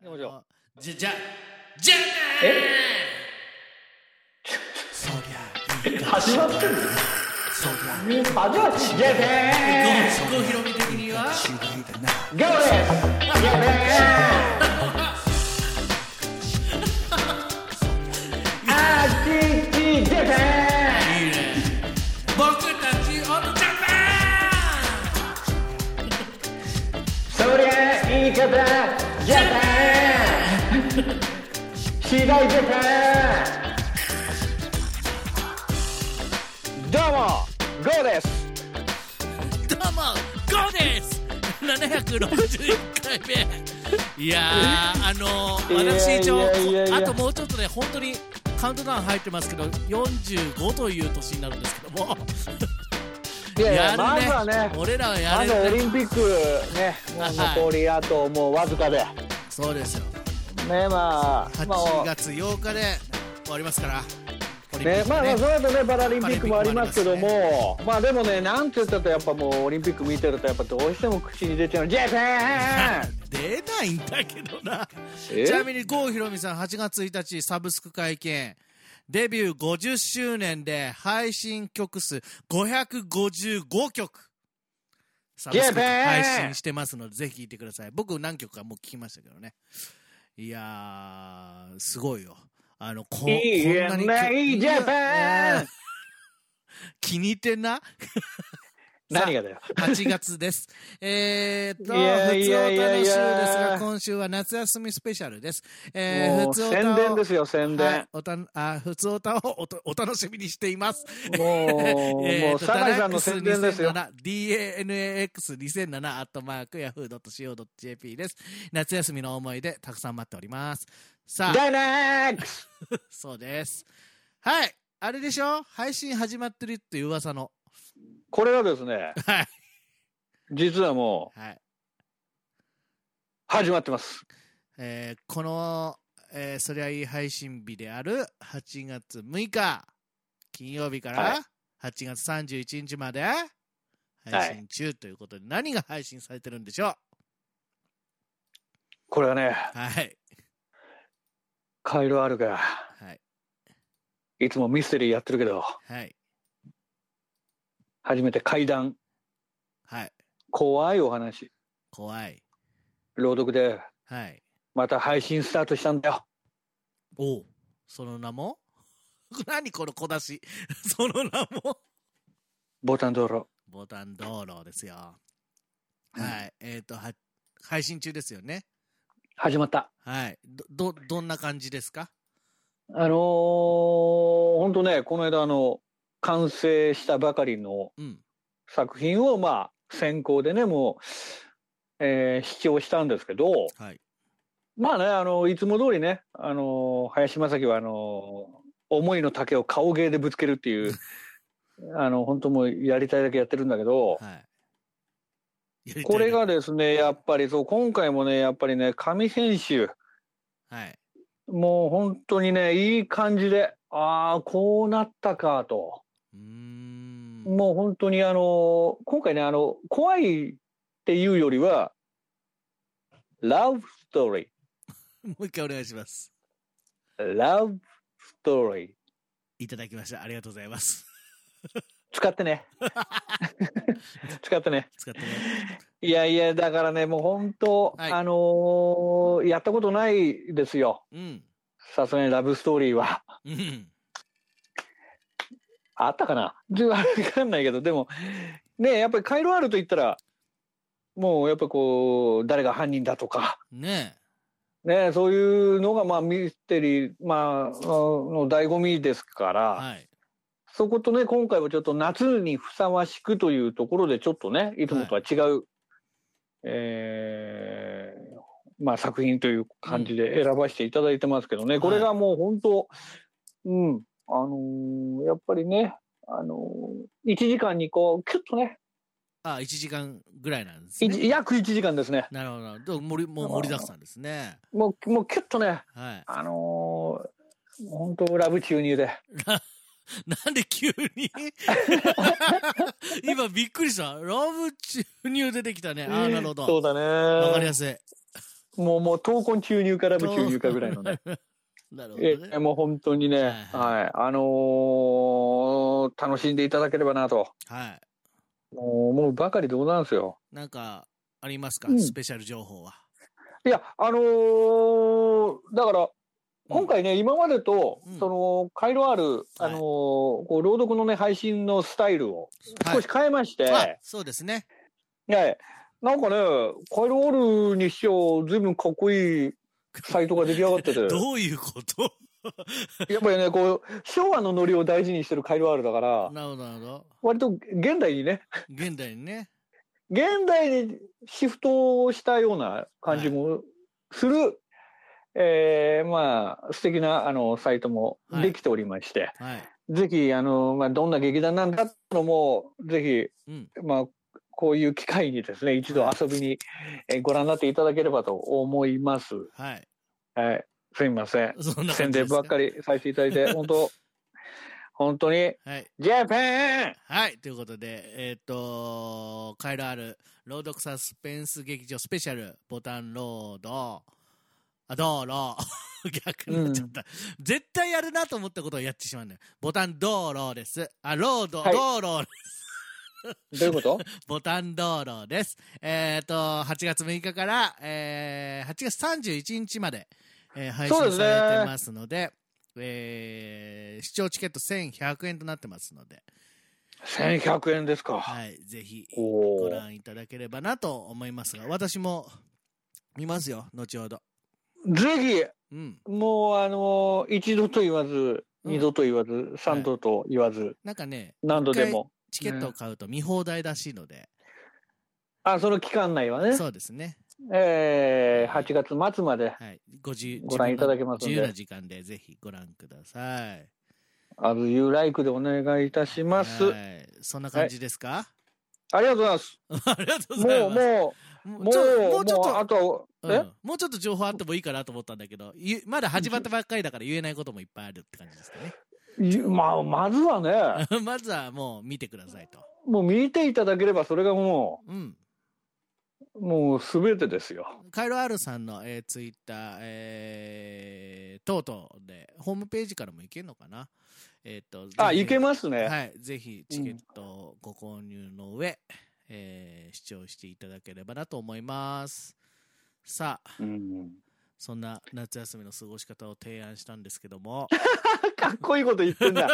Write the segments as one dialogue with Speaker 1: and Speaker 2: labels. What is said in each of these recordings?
Speaker 1: 行きましょう
Speaker 2: あ
Speaker 3: じゃ、じゃ、じゃ
Speaker 2: そりゃいいか
Speaker 4: 始まってる
Speaker 2: そりゃ
Speaker 4: 始まってるジェフェーン
Speaker 3: ーゴーヒロミ的には、
Speaker 2: 違いだな
Speaker 4: ゴーですジェフェーンあーちーちージェフェーン
Speaker 3: いいね。僕たち、オンジャパ
Speaker 4: そりゃいい方ジェフェーン白いジェフェーンどうもゴーです
Speaker 3: ンどうも、ゴーです761回目。いやー、あのー、
Speaker 4: いや
Speaker 3: 私一応
Speaker 4: いやいやいや
Speaker 3: あともうちょっとね、本当にカウントダウン入ってますけど、45という年になるんですけども、
Speaker 4: いやいや
Speaker 3: や
Speaker 4: まずは
Speaker 3: る
Speaker 4: ね
Speaker 3: ね。俺らはや
Speaker 4: まだオ
Speaker 3: れる
Speaker 4: リ
Speaker 3: ね。
Speaker 4: ンピックねもう残りあともうわずかで
Speaker 3: そうですよ。
Speaker 4: ねまあま
Speaker 3: 8
Speaker 4: あ
Speaker 3: 月8日で終わりますから。オリンピ
Speaker 4: ね
Speaker 3: ック
Speaker 4: まあ、
Speaker 3: ね
Speaker 4: まあその後ねパラリンピックもありますけどもまあでもねなんて言ったってやっぱもうオリンピック見てるとやっぱどうしても口に出ちゃうジェフェー ン
Speaker 3: 出ないんだけどな
Speaker 4: え
Speaker 3: ちなみに郷ひろみさん8月1日サブスク会見デビュー50周年で配信曲数555曲サブスクで配信してますのでぜひ聴いてください僕何曲かもう聴きましたけどねいやーすごいよあのこ
Speaker 4: いい
Speaker 3: こんなに
Speaker 4: ねいいジャパン
Speaker 3: 気に入ってんな
Speaker 4: 何がだよ
Speaker 3: 8月です。 えーっと、
Speaker 4: いや
Speaker 3: 普
Speaker 4: い
Speaker 3: 通
Speaker 4: や
Speaker 3: お
Speaker 4: いや
Speaker 3: たの
Speaker 4: い
Speaker 3: 週で
Speaker 4: や
Speaker 3: すが、今週は夏休みスペシャルです。えー、
Speaker 4: も
Speaker 3: 普
Speaker 4: う
Speaker 3: 通お
Speaker 4: 宣
Speaker 3: た
Speaker 4: 伝
Speaker 3: を
Speaker 4: ですよ
Speaker 3: は
Speaker 4: 宣
Speaker 3: い
Speaker 4: 伝、
Speaker 3: おたあ普通おたをおとお楽しみにしています。
Speaker 4: もう、もう、酒井さんの宣伝ですよ。
Speaker 3: DANAX2007 アットマーク Yahoo.co.jp です。夏休みの思い出、たくさん待っております。さあ、
Speaker 4: ダイナックス
Speaker 3: そうです。はい。あれでしょ配信始まってるっていう噂の。
Speaker 4: これはですね、
Speaker 3: はい。
Speaker 4: 実はもう、
Speaker 3: はい。
Speaker 4: 始まってます。
Speaker 3: えーこの、えーそりゃいい配信日である8月6日金曜日か
Speaker 4: はい
Speaker 3: ら8月31日まで配信中ということで、何が配信されてるんでしょう
Speaker 4: これはね、
Speaker 3: はい
Speaker 4: カイロアルが、
Speaker 3: はい
Speaker 4: いつもミステリーやってるけど、
Speaker 3: はい
Speaker 4: 初めて怪談、
Speaker 3: はい
Speaker 4: 怖いお話、
Speaker 3: 怖い
Speaker 4: 朗読で、
Speaker 3: はい
Speaker 4: また配信スタートしたんだよ。
Speaker 3: おうその名も 何この小出し その名も
Speaker 4: ボタン道路。
Speaker 3: ボタン道路ですよはいえっ、とは配信中ですよね
Speaker 4: 始まった。
Speaker 3: はいどどどんな感じですか
Speaker 4: あのー、本当ね、この間、あの、完成したばかりの
Speaker 3: うん
Speaker 4: 作品を、まあ、先行でね、もう、えー、視聴したんですけど、
Speaker 3: はい
Speaker 4: まあね、あの、いつも通りね、あのー、林正樹は、あのー、思いの丈を顔芸でぶつけるっていう、あの、本当もうやりたいだけやってるんだけど、
Speaker 3: はい。やりたいだけ
Speaker 4: これが、ですね、やっぱりそう、今回もね、やっぱりね、上選手、
Speaker 3: はい。
Speaker 4: もう本当にね、いい感じで、ああ、こうなったかと。
Speaker 3: うーん。
Speaker 4: もう本当にあの、今回ね、あの、怖いっていうよりは、ラブストーリ
Speaker 3: もう一回お願いします。
Speaker 4: ー、ラブストーリー。
Speaker 3: いただきました。ありがとうございます。
Speaker 4: 使っ てね。使ってね。
Speaker 3: 使ってね。
Speaker 4: いやいや、だからね、もう本当、
Speaker 3: はい
Speaker 4: あのーやったことないですよ。
Speaker 3: うん。
Speaker 4: さすがにラブストーリーは。
Speaker 3: うん。
Speaker 4: あったかなちょっとわかんないけど、でも、ねやっぱりカイロアールと言ったら、もうやっぱこう、誰が犯人だとか、
Speaker 3: ね
Speaker 4: ねそういうのがまあミステリー、まあ、あの醍醐味ですから、
Speaker 3: え。はい。
Speaker 4: そことね、今回はちょっと夏にふさわしくというところで、ちょっとね、いつもとは違う、えーまあ作品という感じで選ばせていただいてますけどね、
Speaker 3: うん
Speaker 4: これがもう本当、うん、あのーやっぱりね、あのー、1時間にこう、キュッとね、
Speaker 3: あ、1時間ぐらいなんです
Speaker 4: い
Speaker 3: ね。
Speaker 4: 約1時間ですね、
Speaker 3: なるほどなるほど。どう盛り、もう盛りだくさんですね。
Speaker 4: もう、もうキュッとね、
Speaker 3: はい。
Speaker 4: あのー本当、ラブ注入で。
Speaker 3: なんで急に 今びっくりした。ラブ注入出てきたね。ああ、なるほ
Speaker 4: そう
Speaker 3: ど。
Speaker 4: だね。
Speaker 3: わかりやすい。
Speaker 4: もう、もう、闘魂注入から無注入かぐらいのね。
Speaker 3: なるほ
Speaker 4: え
Speaker 3: ど
Speaker 4: え
Speaker 3: ね。
Speaker 4: もう本当にね、
Speaker 3: は
Speaker 4: はいい、あのー楽しんでいただければなと、
Speaker 3: は
Speaker 4: もう思うばかりでございますよ。
Speaker 3: い。なんか、ありますか、
Speaker 4: うん
Speaker 3: スペシャル情報は。
Speaker 4: いや、あのーだから、今回ね、今までと、
Speaker 3: うん
Speaker 4: その、回路ある、あのーこう朗読のね、配信のスタイルを
Speaker 3: は
Speaker 4: 少し変えまして、
Speaker 3: い。あ
Speaker 4: は、
Speaker 3: そうですね。
Speaker 4: い、なんかね、回路あるにしちゃ、ずいぶんかっこいいサイトが出来上がって て、
Speaker 3: どういうこと
Speaker 4: やっぱりね、こう、昭和のノリを大事にしてる回路あるだから、
Speaker 3: なるほど、なるほど。
Speaker 4: 割と現代にね、
Speaker 3: 現代にね。
Speaker 4: 現代にシフトをしたような感じもする、えーまあ、素敵な、あの、サイトもできておりまして、
Speaker 3: はい。
Speaker 4: ぜひ、あの、まあ、どんな劇団なんだってのも、ぜ
Speaker 3: うん。
Speaker 4: ひ、まあ、こういう機会にですね、一度遊びにえーご覧になっていただければと思います。
Speaker 3: はい。
Speaker 4: はい。すみません。
Speaker 3: そんな
Speaker 4: 宣
Speaker 3: 感じで
Speaker 4: 伝
Speaker 3: す
Speaker 4: ばっか
Speaker 3: り。
Speaker 4: りさせていただいて、本 当本当に、
Speaker 3: はい。
Speaker 4: ジャパン
Speaker 3: はい。ということで、えーっ、と、カイロある朗読サスペンス劇場スペシャル、ボタンロード、あ、道路。 逆になっちゃった、絶対やるなと思ったことをやってしまうんだよ。ボタン道路です。あ、ロード、
Speaker 4: はい
Speaker 3: 道路、
Speaker 4: どういうこと
Speaker 3: ボタン道路です。えーっ、と、8月6日から、えー、8月31日まで、えー配信
Speaker 4: そうですね
Speaker 3: されてますので、えー視聴チケット1100円となってますので、
Speaker 4: ?1100 円ですか。
Speaker 3: はい、ぜひ
Speaker 4: お
Speaker 3: ご
Speaker 4: ー
Speaker 3: 覧いただければなと思いますが、私も見ますよ、後ほど。
Speaker 4: ぜひ、
Speaker 3: うん。
Speaker 4: もうあのー一度と言わず、
Speaker 3: うん
Speaker 4: 二度と言わず、三度と言わず、
Speaker 3: なんかね、
Speaker 4: 何度でも。
Speaker 3: チケットを買うと見放題らしいので、
Speaker 4: あ、その期間内はね、
Speaker 3: そうですね。
Speaker 4: えー、8月末まで、
Speaker 3: はい。ご自
Speaker 4: ご覧いただけますんで
Speaker 3: 自由な時間でぜひご覧ください。
Speaker 4: as you like でお願いいたします。
Speaker 3: はい。そんな感じですか、
Speaker 4: ありがとうございます。
Speaker 3: ありがとうござい
Speaker 4: もう、
Speaker 3: ます。
Speaker 4: も
Speaker 3: も
Speaker 4: う、も
Speaker 3: ちょ
Speaker 4: う、
Speaker 3: もうちょっ
Speaker 4: もうあ
Speaker 3: と、
Speaker 4: とは、
Speaker 3: うんもうちょっと情報あってもいいかなと思ったんだけど、ゆまだ始まったばっかりだから言えないこともいっぱいあるって感じですか ね。
Speaker 4: えゆまあ、まずはね、
Speaker 3: まずはもう見てくださいと。
Speaker 4: もう見ていただければ、それがも
Speaker 3: うん。
Speaker 4: う、もうすべてですよ。
Speaker 3: カイロ R さんの、えー、ツイッター、えー、等々で、ホームページからも行けるのかなえっ、と、
Speaker 4: あ、
Speaker 3: ぜひ
Speaker 4: いけますね。
Speaker 3: はい、ぜひチケットをご購入の上、えー視聴していただければなと思います。さあ、
Speaker 4: うん
Speaker 3: そんな夏休みの過ごし方を提案したんですけども、
Speaker 4: かっこいいこと 言ってんだ。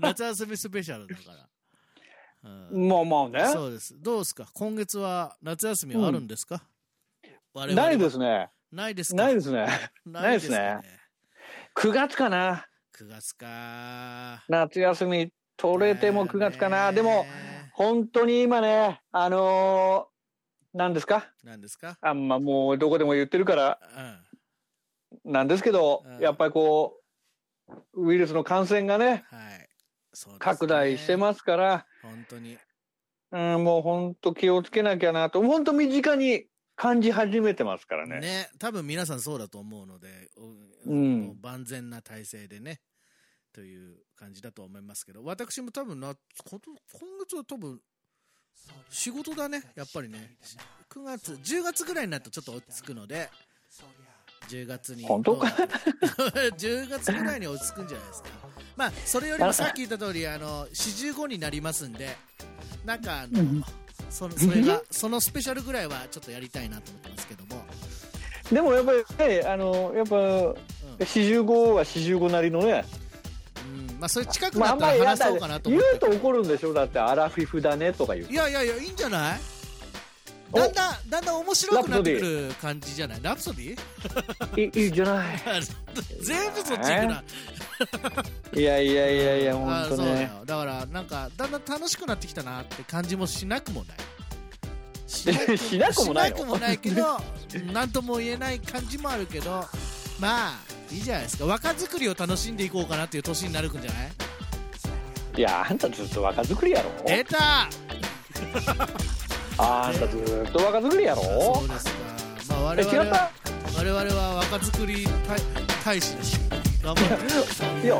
Speaker 3: 夏休みスペシャルだから。うん
Speaker 4: まあまあね。
Speaker 3: そうです。どうですか今月は夏休みはあるんですか、我々は
Speaker 4: ないですね。
Speaker 3: ないですか
Speaker 4: ないですね。
Speaker 3: ないです
Speaker 4: な
Speaker 3: ね
Speaker 4: い。9月かな。
Speaker 3: 9月か。
Speaker 4: 夏休み取れても9月かな、
Speaker 3: ね
Speaker 4: でも、本当に今ねあのー、何ですか
Speaker 3: 何ですか
Speaker 4: あんまもうどこでも言ってるから
Speaker 3: うん。
Speaker 4: なんですけど、
Speaker 3: うん
Speaker 4: やっぱりこうウイルスの感染がね
Speaker 3: はい。そうですね
Speaker 4: 拡大してますから
Speaker 3: 本当に。
Speaker 4: うんもう本当気をつけなきゃなと本当身近に感じ始めてますからね
Speaker 3: ね多分皆さんそうだと思うので、う
Speaker 4: うん
Speaker 3: もう万全な体制でね、という感じだと思いますけど、私も多分な、こと今月は多分仕事だね、やっぱりね。9月、10月ぐらいになるとちょっと落ち着くので、10月に。
Speaker 4: 本当か
Speaker 3: どうだ ろう ?10 月ぐらいに落ち着くんじゃないですか。まあ、それよりもさっき言った通り、あの、45になりますんで、なんかあの、そのそれが、そのスペシャルぐらいはちょっとやりたいなと思ってますけども。
Speaker 4: でもやっぱりねあのやっぱ四十五は四十五なりのね、
Speaker 3: うん、うんまあ、それ近く
Speaker 4: ま
Speaker 3: な
Speaker 4: あ、あん
Speaker 3: った
Speaker 4: まり
Speaker 3: ら
Speaker 4: や
Speaker 3: 話
Speaker 4: だ
Speaker 3: そう
Speaker 4: ね
Speaker 3: かなと
Speaker 4: 言
Speaker 3: 思っ
Speaker 4: う
Speaker 3: て。
Speaker 4: と怒るんでしょだってアラフィフだねと か言う
Speaker 3: いやいやいや、いいんじゃないだんだん、だんだん面白くなってくる感じじゃないラプソディ
Speaker 4: いいいじゃない
Speaker 3: 全部そっち行くな。
Speaker 4: いやいやいやいや、
Speaker 3: あ
Speaker 4: 本
Speaker 3: そ
Speaker 4: 当
Speaker 3: うだよ
Speaker 4: ね。
Speaker 3: だからなんかだんだん楽しくなってきたなって感じもしなくもないし
Speaker 4: しなくもないの
Speaker 3: しなくもないけど何とも言えない感じもあるけどまあいいじゃないですか若作りを楽しんでいこうかなっていう年になるんじゃない
Speaker 4: いや、あんたずっと若作りやろ。
Speaker 3: 出た
Speaker 4: あんたずっと若作りや
Speaker 3: そ
Speaker 4: ろ
Speaker 3: う。ですかまあ我
Speaker 4: え、違っ
Speaker 3: 々は
Speaker 4: た。
Speaker 3: 我々は若作り大大使です頑張って
Speaker 4: いや、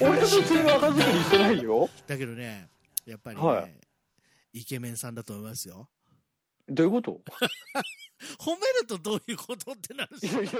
Speaker 4: 俺と別に若作りしてないよ。
Speaker 3: だけどねやっぱりね、
Speaker 4: はい
Speaker 3: イケメンさんだと思いますよどういうこと
Speaker 4: 褒めるとどういうことってなるし
Speaker 3: いやいやいや